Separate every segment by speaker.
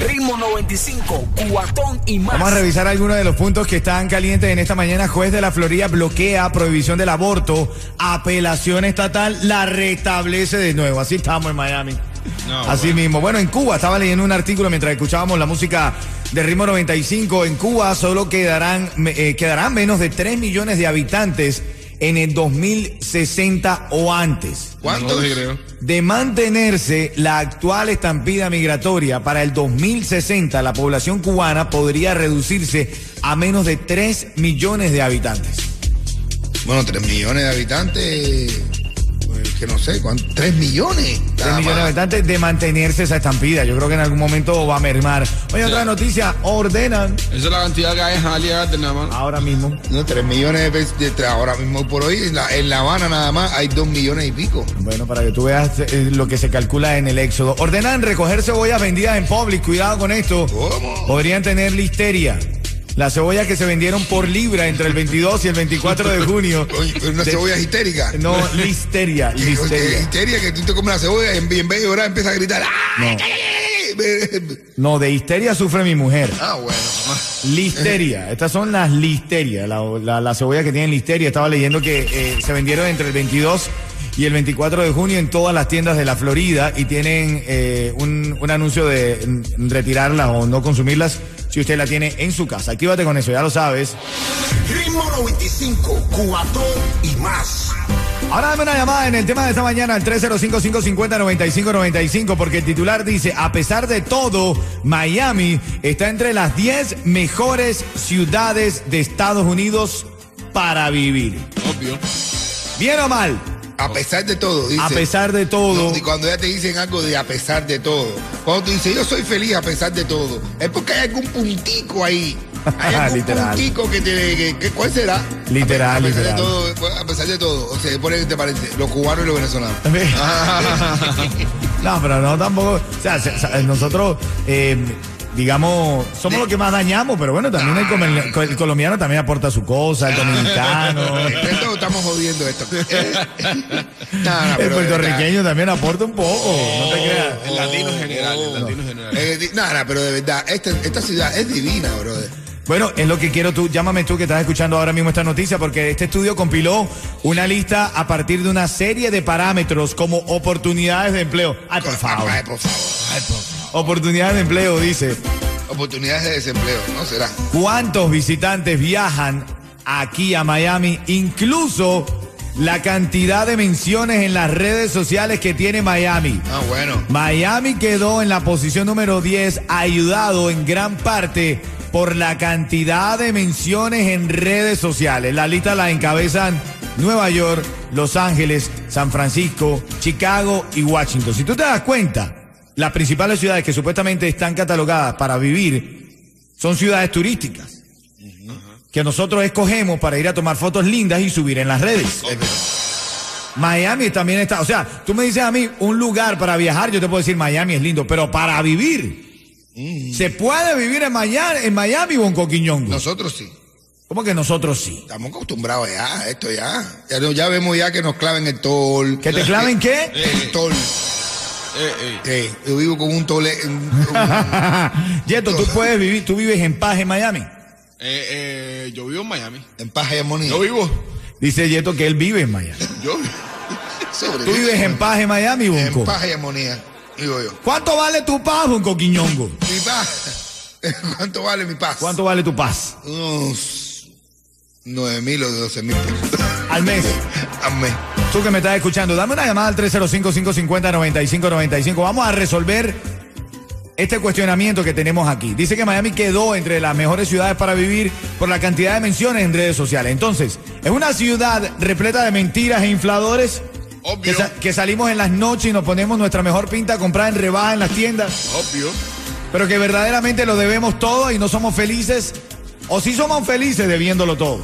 Speaker 1: Ritmo 95, Cubatón y más.
Speaker 2: Vamos a revisar algunos de los puntos que están calientes en esta mañana. Juez de la Florida bloquea prohibición del aborto. Apelación estatal la restablece de nuevo. Así estamos en Miami. Así mismo. Bueno, en Cuba estaba leyendo un artículo mientras escuchábamos la música de Ritmo 95. En Cuba solo quedarán, eh, quedarán menos de 3 millones de habitantes en el 2060 o antes
Speaker 3: ¿Cuántos?
Speaker 2: de mantenerse la actual estampida migratoria para el 2060, la población cubana podría reducirse a menos de 3 millones de habitantes.
Speaker 3: Bueno, 3 millones de habitantes. pues, que no sé, ¿cuánto? 3 millones.
Speaker 2: 3
Speaker 3: nada
Speaker 2: millones de
Speaker 3: más.
Speaker 2: habitantes de mantenerse esa estampida. Yo creo que en algún momento va a mermar. Oye, otra noticia, ordenan
Speaker 4: Esa es la cantidad que hay en Jalía de nada más.
Speaker 2: ahora mismo.
Speaker 3: No, 3 millones de, pers- de- de- ahora mismo por hoy. En la, en La Habana nada más hay 2 millones y pico.
Speaker 2: Bueno, para que tú veas eh, lo que se calcula en el éxodo. Ordenan recoger cebollas vendidas en public. Cuidado con esto.
Speaker 3: ¿Cómo?
Speaker 2: Podrían tener listeria. Las cebollas que se vendieron por libra entre el 22 y el 24 de junio.
Speaker 3: Oye, una
Speaker 2: De-
Speaker 3: cebolla histérica.
Speaker 2: No, listeria,
Speaker 3: Que- oye, que
Speaker 2: listeria.
Speaker 3: histeria, que tú te comes la cebolla y en, y en vez de llorar empieza a gritar. ¡Ah,
Speaker 2: No. No, de histeria sufre mi mujer.
Speaker 3: ah bueno.
Speaker 2: Listeria. Estas son las listerias, la, la, la cebolla que tienen listeria. Estaba leyendo que eh, se vendieron entre el 22 y el 24 de junio en todas las tiendas de la Florida y tienen eh, un, un anuncio de mm, retirarlas o no consumirlas si usted la tiene en su casa. Actívate con eso, ya lo sabes.
Speaker 1: Ritmo 95, Cubatón y más.
Speaker 2: Ahora dame una llamada en el tema de esta mañana al 305-550-9595 porque el titular dice, a pesar de todo, Miami está entre las 10 mejores ciudades de Estados Unidos para vivir.
Speaker 4: Obvio.
Speaker 2: Bien o mal,
Speaker 3: A pesar de todo, dice.
Speaker 2: a pesar de todo,
Speaker 3: No, y cuando ya te dicen algo de a pesar de todo, cuando tú dices yo soy feliz a pesar de todo, es porque hay algún puntico ahí. Hay algún
Speaker 2: Literal.
Speaker 3: puntico que te. que- que- ¿Cuál será?
Speaker 2: Literal,
Speaker 3: a pesar
Speaker 2: literal.
Speaker 3: De todo, pues, a pesar de todo. O sea, por ahí te parece, los cubanos y los venezolanos.
Speaker 2: no, pero no tampoco, o sea, se- se- nosotros, eh, digamos, somos los que más dañamos, pero bueno, también
Speaker 3: Ah.
Speaker 2: el, col- el colombiano también aporta su cosa, el dominicano.
Speaker 3: Esto estamos jodiendo esto. No,
Speaker 4: Ah,
Speaker 3: no,
Speaker 2: El
Speaker 3: pero de
Speaker 2: puertorriqueño también aporta un poco, no te creas.
Speaker 4: El latino en general, el latino en
Speaker 3: verdad,
Speaker 4: general.
Speaker 3: eh, di- no, no, pero de verdad, esta, esta ciudad es divina, brother.
Speaker 2: Bueno, es lo que quiero tú, llámame tú que estás escuchando ahora mismo esta noticia, porque este estudio compiló una lista a partir de una serie de parámetros como oportunidades de empleo. Ay, por favor.
Speaker 3: Ay, por favor. Ay, por favor.
Speaker 2: Oportunidades de empleo, dice.
Speaker 3: Oportunidades de desempleo, ¿no será?
Speaker 2: ¿Cuántos visitantes viajan aquí a Miami? Incluso la cantidad de menciones en las redes sociales que tiene Miami.
Speaker 3: Ah, bueno.
Speaker 2: Miami quedó en la posición número 10, ayudado en gran parte por la cantidad de menciones en redes sociales. La lista la encabezan Nueva York, Los Ángeles, San Francisco, Chicago y Washington. Si tú te das cuenta, las principales ciudades que supuestamente están catalogadas para vivir son ciudades turísticas que nosotros escogemos para ir a tomar fotos lindas y subir en las redes. Miami también está, o sea, tú me dices a mí un lugar para viajar, yo te puedo decir Miami es lindo, pero para vivir.
Speaker 3: Mm.
Speaker 2: ¿Se puede vivir en Miami, en Miami Bonco Quiñongo?
Speaker 3: Nosotros sí.
Speaker 2: ¿Cómo que nosotros sí?
Speaker 3: Estamos acostumbrados ya a esto ya. Ya, no- ya vemos ya que nos claven el tol.
Speaker 2: ¿Que te claven qué?
Speaker 3: El tol.
Speaker 4: Eh, eh.
Speaker 3: Eh, yo vivo con un tole. un- un-
Speaker 2: Yeto, tú puedes vivir, tú vives en paz en Miami.
Speaker 4: Eh, eh, yo vivo en Miami.
Speaker 3: en paz y armonía.
Speaker 4: Yo vivo.
Speaker 2: Dice Yeto que él vive en Miami.
Speaker 4: Yo.
Speaker 3: Sobre-
Speaker 2: ¿Tú vives en paz en Miami,
Speaker 3: En
Speaker 2: Bonco?
Speaker 3: paz y armonía. Digo yo.
Speaker 2: ¿Cuánto vale tu paz, Bonco Quiñongo?
Speaker 3: Mi paz. ¿Cuánto vale mi paz?
Speaker 2: ¿Cuánto vale tu paz?
Speaker 3: Unos 9 mil o 12 mil pesos.
Speaker 2: Al mes.
Speaker 3: Amén.
Speaker 2: Tú que me estás escuchando, dame una llamada al 305-550-9595. Vamos a resolver este cuestionamiento que tenemos aquí. Dice que Miami quedó entre las mejores ciudades para vivir por la cantidad de menciones en redes sociales. Entonces, es una ciudad repleta de mentiras e infladores. Que,
Speaker 4: Obvio.
Speaker 2: sa- que salimos en las noches y nos ponemos nuestra mejor pinta a comprar en rebaja en las tiendas,
Speaker 4: Obvio.
Speaker 2: pero que verdaderamente lo debemos todo y no somos felices, o sí somos felices debiéndolo todo.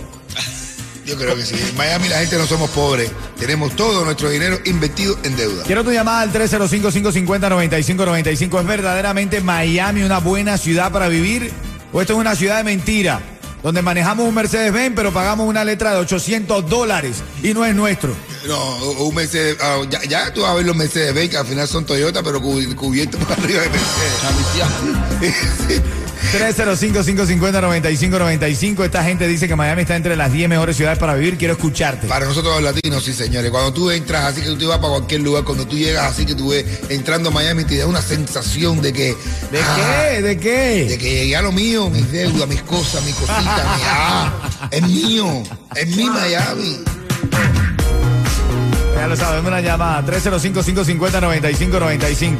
Speaker 3: Yo creo que sí. En Miami la gente no somos pobres. Tenemos todo nuestro dinero invertido en deuda.
Speaker 2: Quiero tu llamada al 305-550-9595. ¿Es verdaderamente Miami una buena ciudad para vivir? ¿O esto es una ciudad de mentira? Donde manejamos un Mercedes-Benz, pero pagamos una letra de 800 dólares y no es nuestro.
Speaker 3: No, un Mercedes. ah, ya, ya tú vas a ver los Mercedes Benz, que al final son Toyota, pero cu- cubiertos por arriba de Mercedes.
Speaker 4: Chamisteando.
Speaker 2: 305-550-9595. Esta gente dice que Miami está entre las 10 mejores ciudades para vivir. Quiero escucharte.
Speaker 3: Para nosotros los latinos, sí, señores. Cuando tú entras así que tú te vas para cualquier lugar, cuando tú llegas así que tú ves entrando a Miami, te da una sensación de que.
Speaker 2: ¿De
Speaker 3: ah,
Speaker 2: qué? ¿De qué?
Speaker 3: De que llegué a lo mío, mis deudas, mis cosas, mis cositas, mi, ah, es mío, es mi Miami.
Speaker 2: Ya lo sabemos, una llamada. 305-550-9595.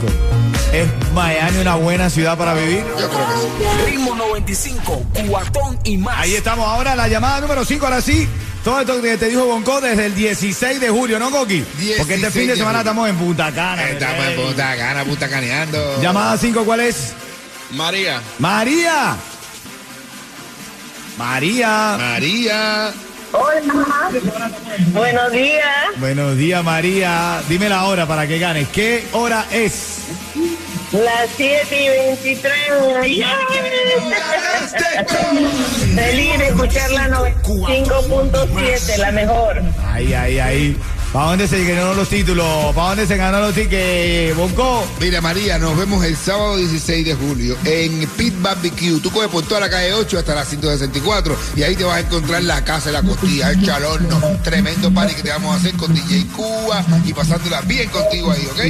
Speaker 2: ¿Es Miami una buena ciudad para vivir?
Speaker 3: Yo creo que sí.
Speaker 1: Ritmo 95, cuatón y más.
Speaker 2: Ahí estamos ahora, la llamada número 5, ahora sí. Todo esto que te dijo Bonco desde el 16 de julio, ¿no, Coqui? Porque
Speaker 3: 16
Speaker 2: este
Speaker 3: de
Speaker 2: fin de semana
Speaker 3: julio.
Speaker 2: estamos en Punta Cana.
Speaker 3: Estamos
Speaker 2: bebé.
Speaker 3: en puta gana, puta caneando.
Speaker 2: Llamada 5, ¿cuál es?
Speaker 4: María.
Speaker 2: María. María.
Speaker 3: María.
Speaker 5: Hola. Buenos días.
Speaker 2: Buenos días, María. Dime la hora para que ganes. ¿Qué hora es?
Speaker 5: Las 7 y 23. ¡Ay! Feliz de escuchar la 95.7, la mejor.
Speaker 2: Ay, ay, ay. ¿Para dónde se ganó los títulos? ¿Para dónde se ganó los tickets, Bonco?
Speaker 3: Mira, María, nos vemos el sábado 16 de julio en Pit Barbecue. Tú coges por toda la calle 8 hasta la 164 y ahí te vas a encontrar la casa de la costilla, el al horno. Tremendo party que te vamos a hacer con DJ Cuba y pasándola bien contigo ahí, ¿ok?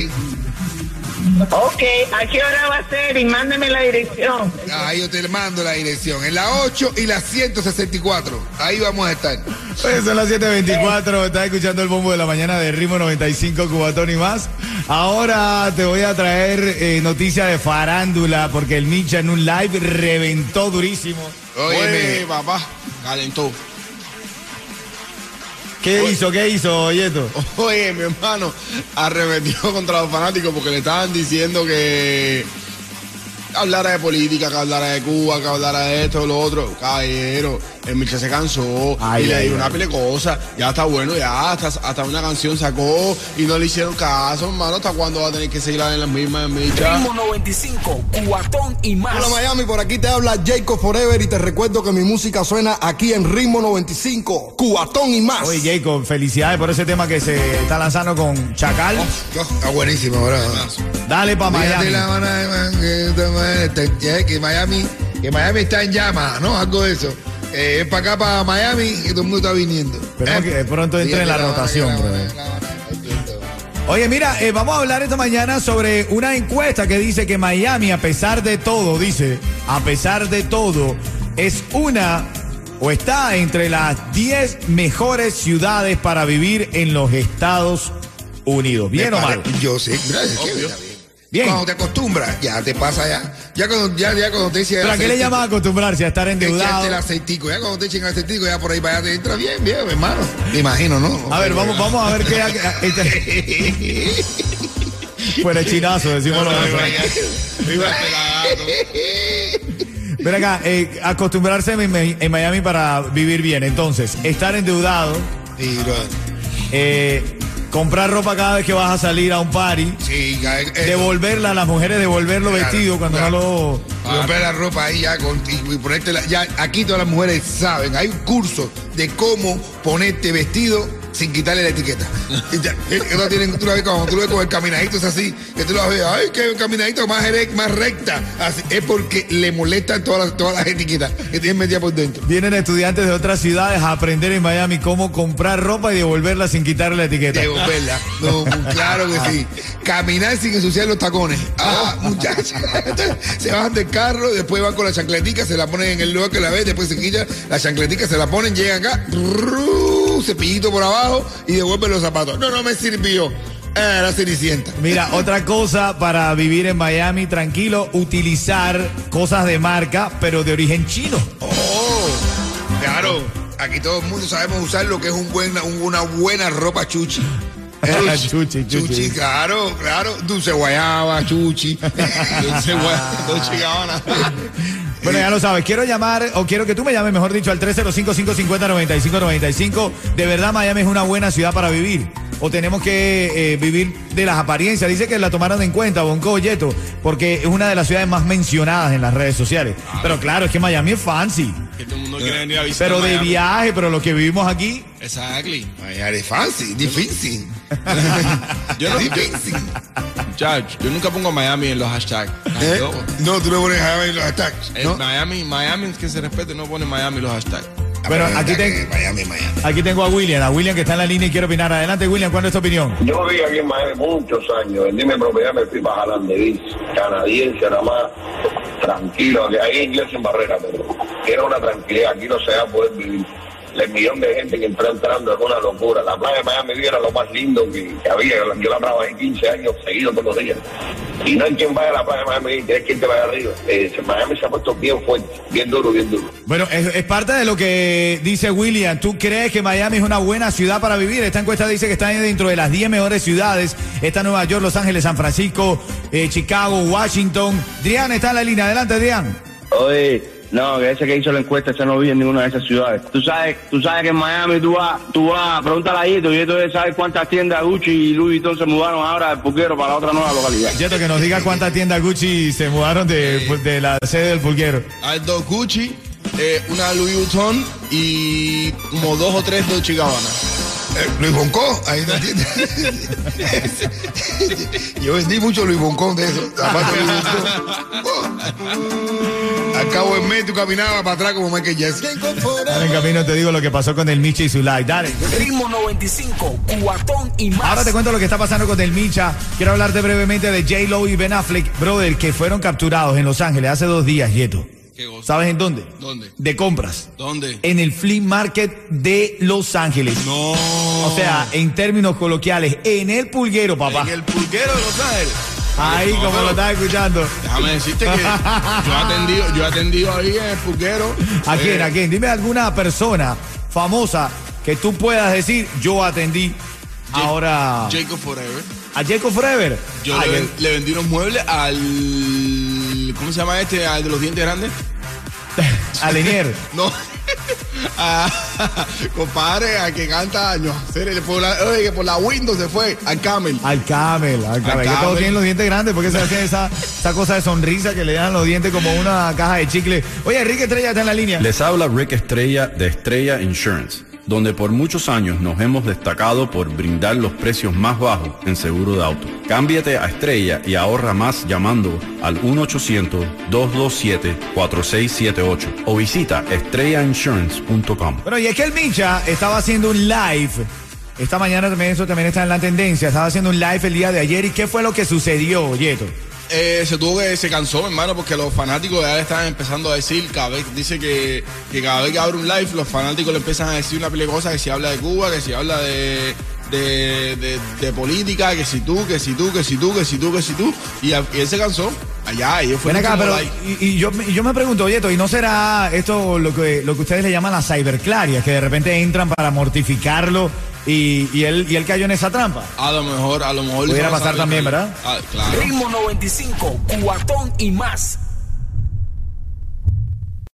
Speaker 5: Ok, ¿a qué hora va a ser? Y mándeme la dirección.
Speaker 3: Ahí yo te mando la dirección, en la 8 y la 164. Ahí vamos a estar.
Speaker 2: Oye, son las 7.24, estás escuchando el bombo de la mañana de Ritmo 95, Cubatón y más. Ahora te voy a traer eh, noticia de farándula, porque el Micha en un live reventó durísimo.
Speaker 3: Óyeme.
Speaker 4: Oye, papá. Calentó.
Speaker 2: ¿Qué hizo? ¿Qué hizo, Oyeto?
Speaker 4: Oye, mi hermano, arremetió contra los fanáticos porque le estaban diciendo que hablara de política, que hablara de Cuba, que hablara de esto, lo otro. Caballero, el Michel se cansó
Speaker 2: Ay,
Speaker 4: y le
Speaker 2: ay,
Speaker 4: dio una
Speaker 2: ay.
Speaker 4: pile cosa. Ya está bueno, ya hasta, hasta una canción sacó y no le hicieron caso, hermano. ¿Hasta cuándo va a tener que seguir en las mismas, Michel?
Speaker 1: Ritmo 95, cuatón y más.
Speaker 6: Hola Miami, por aquí te habla Jacob Forever y te recuerdo que mi música suena aquí en Ritmo 95, Cubatón y más.
Speaker 2: Oye, Jacob, felicidades por ese tema que se está lanzando con Chacal.
Speaker 3: Está buenísimo, bro.
Speaker 2: Dale pa'
Speaker 3: Fíjate
Speaker 2: Miami.
Speaker 3: Oh. la mano de man- que esta madre está- ya Que Miami, que Miami está en llamas, ¿no? Algo de eso. Eh, es para acá, para Miami, y todo el mundo está viniendo.
Speaker 2: Esperemos
Speaker 3: Eh,
Speaker 2: que de pronto entre
Speaker 3: fíjate
Speaker 2: en la
Speaker 3: mano,
Speaker 2: rotación,
Speaker 3: la mano,
Speaker 2: brother.
Speaker 3: la mano, la
Speaker 2: Oye, mira, eh, vamos a hablar esta mañana sobre una encuesta que dice que Miami, a pesar de todo, dice, a pesar de todo, es una o está entre las 10 mejores ciudades para vivir en los Estados Unidos. ¿Bien o
Speaker 3: mano.
Speaker 2: mal?
Speaker 3: Yo sí, gracias. que está bien.
Speaker 2: Bien.
Speaker 3: Cuando te acostumbras, ya te pasa ya. Ya cuando, ya, ya cuando te dicen.
Speaker 2: ¿Pero a qué le llamas acostumbrarse a estar endeudado?
Speaker 3: el aceitico. Ya cuando te echen el aceitico, ya por ahí para allá te entra bien, bien, mi hermano. Me imagino, ¿no?
Speaker 2: A ver, vamos, vamos a ver qué... este- Fuera chinazo, decimos los Ven acá, eh, acostumbrarse en Mi- en Miami para vivir bien. Entonces, estar endeudado,
Speaker 3: Sí, brother.
Speaker 2: eh, comprar ropa cada vez que vas a salir a un party,
Speaker 3: Sí, ya, eh, eh,
Speaker 2: devolverla a las mujeres, devolverlo
Speaker 3: Claro,
Speaker 2: vestido cuando no
Speaker 3: claro. Ah. Romper la ropa ahí ya con, y, y ponerte la- ya aquí todas las mujeres saben, hay un curso de cómo ponerte vestido sin quitarle la etiqueta. Y ya, que no tienen, tú la ves cuando tú lo ves con el caminadito es así, que tú la ves, ay, qué caminadito más erect, más recta. Así, es porque le molestan todas las, todas las etiquetas que tienen metidas por dentro.
Speaker 2: lo... Vienen estudiantes de otras ciudades a aprender en Miami cómo comprar ropa y devolverla sin quitarle la etiqueta.
Speaker 3: Devolverla. No, pues, claro que sí. Caminar sin ensuciar los tacones. Ah, muchachos. Se bajan del carro, después van con la chancletica, se la ponen en el lugar que la ves, después se quitan la chancletica, se la ponen, llegan acá, ¡ru! cepillito por abajo y devuelven los zapatos. No, no me sirvió. Ah, la cenicienta.
Speaker 2: Mira, otra cosa para vivir en Miami tranquilo, utilizar cosas de marca, pero de origen chino.
Speaker 3: Oh, claro. Aquí todo el mundo sabemos usar lo que es un buen, un- una buena ropa chuchi.
Speaker 2: Chuchi, chuchi.
Speaker 3: Chuchi, claro, claro. Dulce guayaba, chuchi.
Speaker 4: Dulce guayaba, dulce gabana.
Speaker 2: Bueno, ya lo sabes, quiero llamar, o quiero que tú me llames, mejor dicho, al 305-550-9595. De verdad, Miami es una buena ciudad para vivir. o tenemos que eh, vivir de las apariencias? Dice que la tomaron en cuenta, Bonco Yeto, porque es una de las ciudades más mencionadas en las redes sociales. Pero claro, es que Miami es fancy.
Speaker 4: Que todo el mundo quiere venir a visitar.
Speaker 2: Pero de
Speaker 4: Miami.
Speaker 2: viaje, pero lo que vivimos aquí,
Speaker 4: Exactly.
Speaker 3: Miami es fancy, difícil.
Speaker 4: Yo no-
Speaker 3: difícil.
Speaker 4: Judge, yo nunca pongo Miami en los hashtags.
Speaker 3: ¿Eh?
Speaker 4: Yo-
Speaker 3: No, tú no pones Miami en los hashtags.
Speaker 4: en
Speaker 3: ¿no?
Speaker 4: Miami, Miami es que se respete, no pone Miami en los hashtags.
Speaker 2: Bueno,
Speaker 3: Ah,
Speaker 2: aquí
Speaker 3: verdad
Speaker 2: te-
Speaker 3: que Miami, Miami.
Speaker 2: aquí tengo a William, a William que está en la línea y quiere opinar. Adelante, William, ¿cuál es tu opinión?
Speaker 7: Yo viví aquí en Miami muchos años. En mi propiedad me fui para Jalandevis, canadiense nada más, tranquilo. que Ahí inglés sin barrera, pero era una tranquilidad. Aquí no se va a poder vivir. El millón de gente que entra entrando es una locura. La playa de Miami Beach era lo más lindo que, que había. Yo la trabajé 15 años seguidos todos los días. Y no hay quien vaya a la playa de Miami Beach, tienes que irte para arriba. Eh, Miami se ha puesto bien fuerte, bien duro, bien duro.
Speaker 2: Bueno, es, es parte de lo que dice William. ¿Tú crees que Miami es una buena ciudad para vivir? Esta encuesta dice que está dentro de las 10 mejores ciudades. Está Nueva York, Los Ángeles, San Francisco, eh, Chicago, Washington. Drian está en la línea. Adelante, Drian.
Speaker 7: Oye, no, que ese que hizo la encuesta, ese no vive en ninguna de esas ciudades. Tú sabes, tú sabes que en Miami tú vas, tú vas, pregúntale a Yeto, Yeto debe saber cuántas tiendas Gucci y Louis Vuitton se mudaron ahora del Puquero para la otra nueva localidad.
Speaker 2: Yeto, que nos diga cuántas tiendas Gucci se mudaron de, de la sede del pulguero.
Speaker 4: Hay dos Gucci, eh, una Louis Vuitton y como dos o tres Dolce Gabbana.
Speaker 3: Eh, Luis Boncó, ahí no entiende. Yo vendí mucho Luis Boncón de eso. Zapatos Luis Boncón. Al cabo del mes tú caminabas para atrás como Michael Jackson.
Speaker 2: Ahora en camino te digo lo que pasó con el Michi y su like. Dale.
Speaker 1: Ritmo 95, cuatón y más.
Speaker 2: Ahora te cuento lo que está pasando con Del Micha. Quiero hablarte brevemente de J. Lo y Ben Affleck, brother, que fueron capturados en Los Ángeles hace dos días, Yeto.
Speaker 4: Qué gozo.
Speaker 2: ¿Sabes en dónde?
Speaker 4: ¿Dónde?
Speaker 2: De compras.
Speaker 4: ¿Dónde?
Speaker 2: En el flea market de Los Ángeles.
Speaker 4: No.
Speaker 2: O sea, en términos coloquiales, en el pulguero, papá.
Speaker 4: en el pulquero de Los Ángeles.
Speaker 2: Ahí,
Speaker 4: No,
Speaker 2: como
Speaker 4: pero
Speaker 2: lo estás escuchando.
Speaker 4: Déjame decirte que yo he atendido, yo he atendido ahí en el pulquero.
Speaker 2: ¿A quién?
Speaker 4: Eh,
Speaker 2: ¿A quién? Dime alguna persona famosa que tú puedas decir, yo atendí
Speaker 4: Ja-
Speaker 2: ahora
Speaker 4: Jacob Forever.
Speaker 2: a Jacob Forever.
Speaker 4: Yo
Speaker 2: Ay,
Speaker 4: le,
Speaker 2: que-
Speaker 4: ven- le vendí unos muebles al. ¿Cómo se llama este? Al de los dientes grandes.
Speaker 2: a Lenier.
Speaker 4: No. A- compadre, al que canta años. Por la, oye, que por la Windows se fue. Al Camel.
Speaker 2: Al camel, al camel. Que todos
Speaker 4: camel.
Speaker 2: tienen los dientes grandes porque se hace esa, esa cosa de sonrisa que le dan los dientes como una caja de chicle. Oye, Enrique Estrella está en la línea.
Speaker 8: Les habla Rick Estrella de Estrella Insurance, donde por muchos años nos hemos destacado por brindar los precios más bajos en seguro de auto. Cámbiate a Estrella y ahorra más llamando al 1-800-227-4678 o visita estrellainsurance.com.
Speaker 2: Bueno, y es que el Micha estaba haciendo un live. Esta mañana también eso también está en la tendencia. Estaba haciendo un live el día de ayer. ¿Y qué fue lo que sucedió, Yeto?
Speaker 4: Eh, se tuvo que se cansó, hermano, porque los fanáticos ya le estaban empezando a decir, cada vez dice que, que cada vez que abre un live, los fanáticos le empiezan a decir una pile de cosas, que si habla de Cuba, que si habla de, de, de- de política, que si tú, que si tú, que si tú, que si tú, que si tú, y, a- y él se cansó. Allá, y él fue
Speaker 2: Ven
Speaker 4: el
Speaker 2: acá,
Speaker 4: último
Speaker 2: pero
Speaker 4: live.
Speaker 2: y, y yo, y yo me pregunto, Yeto, ¿y no será esto lo que, lo que ustedes le llaman las cyberclarias, que de repente entran para mortificarlo y, y él, y él cayó en esa trampa?
Speaker 4: A lo mejor, a lo mejor.
Speaker 2: Pudiera
Speaker 4: hizo una
Speaker 2: pasar también,
Speaker 4: sabiduría.
Speaker 2: ¿verdad?
Speaker 4: Ah, claro.
Speaker 1: Ritmo 95, cuatón y más.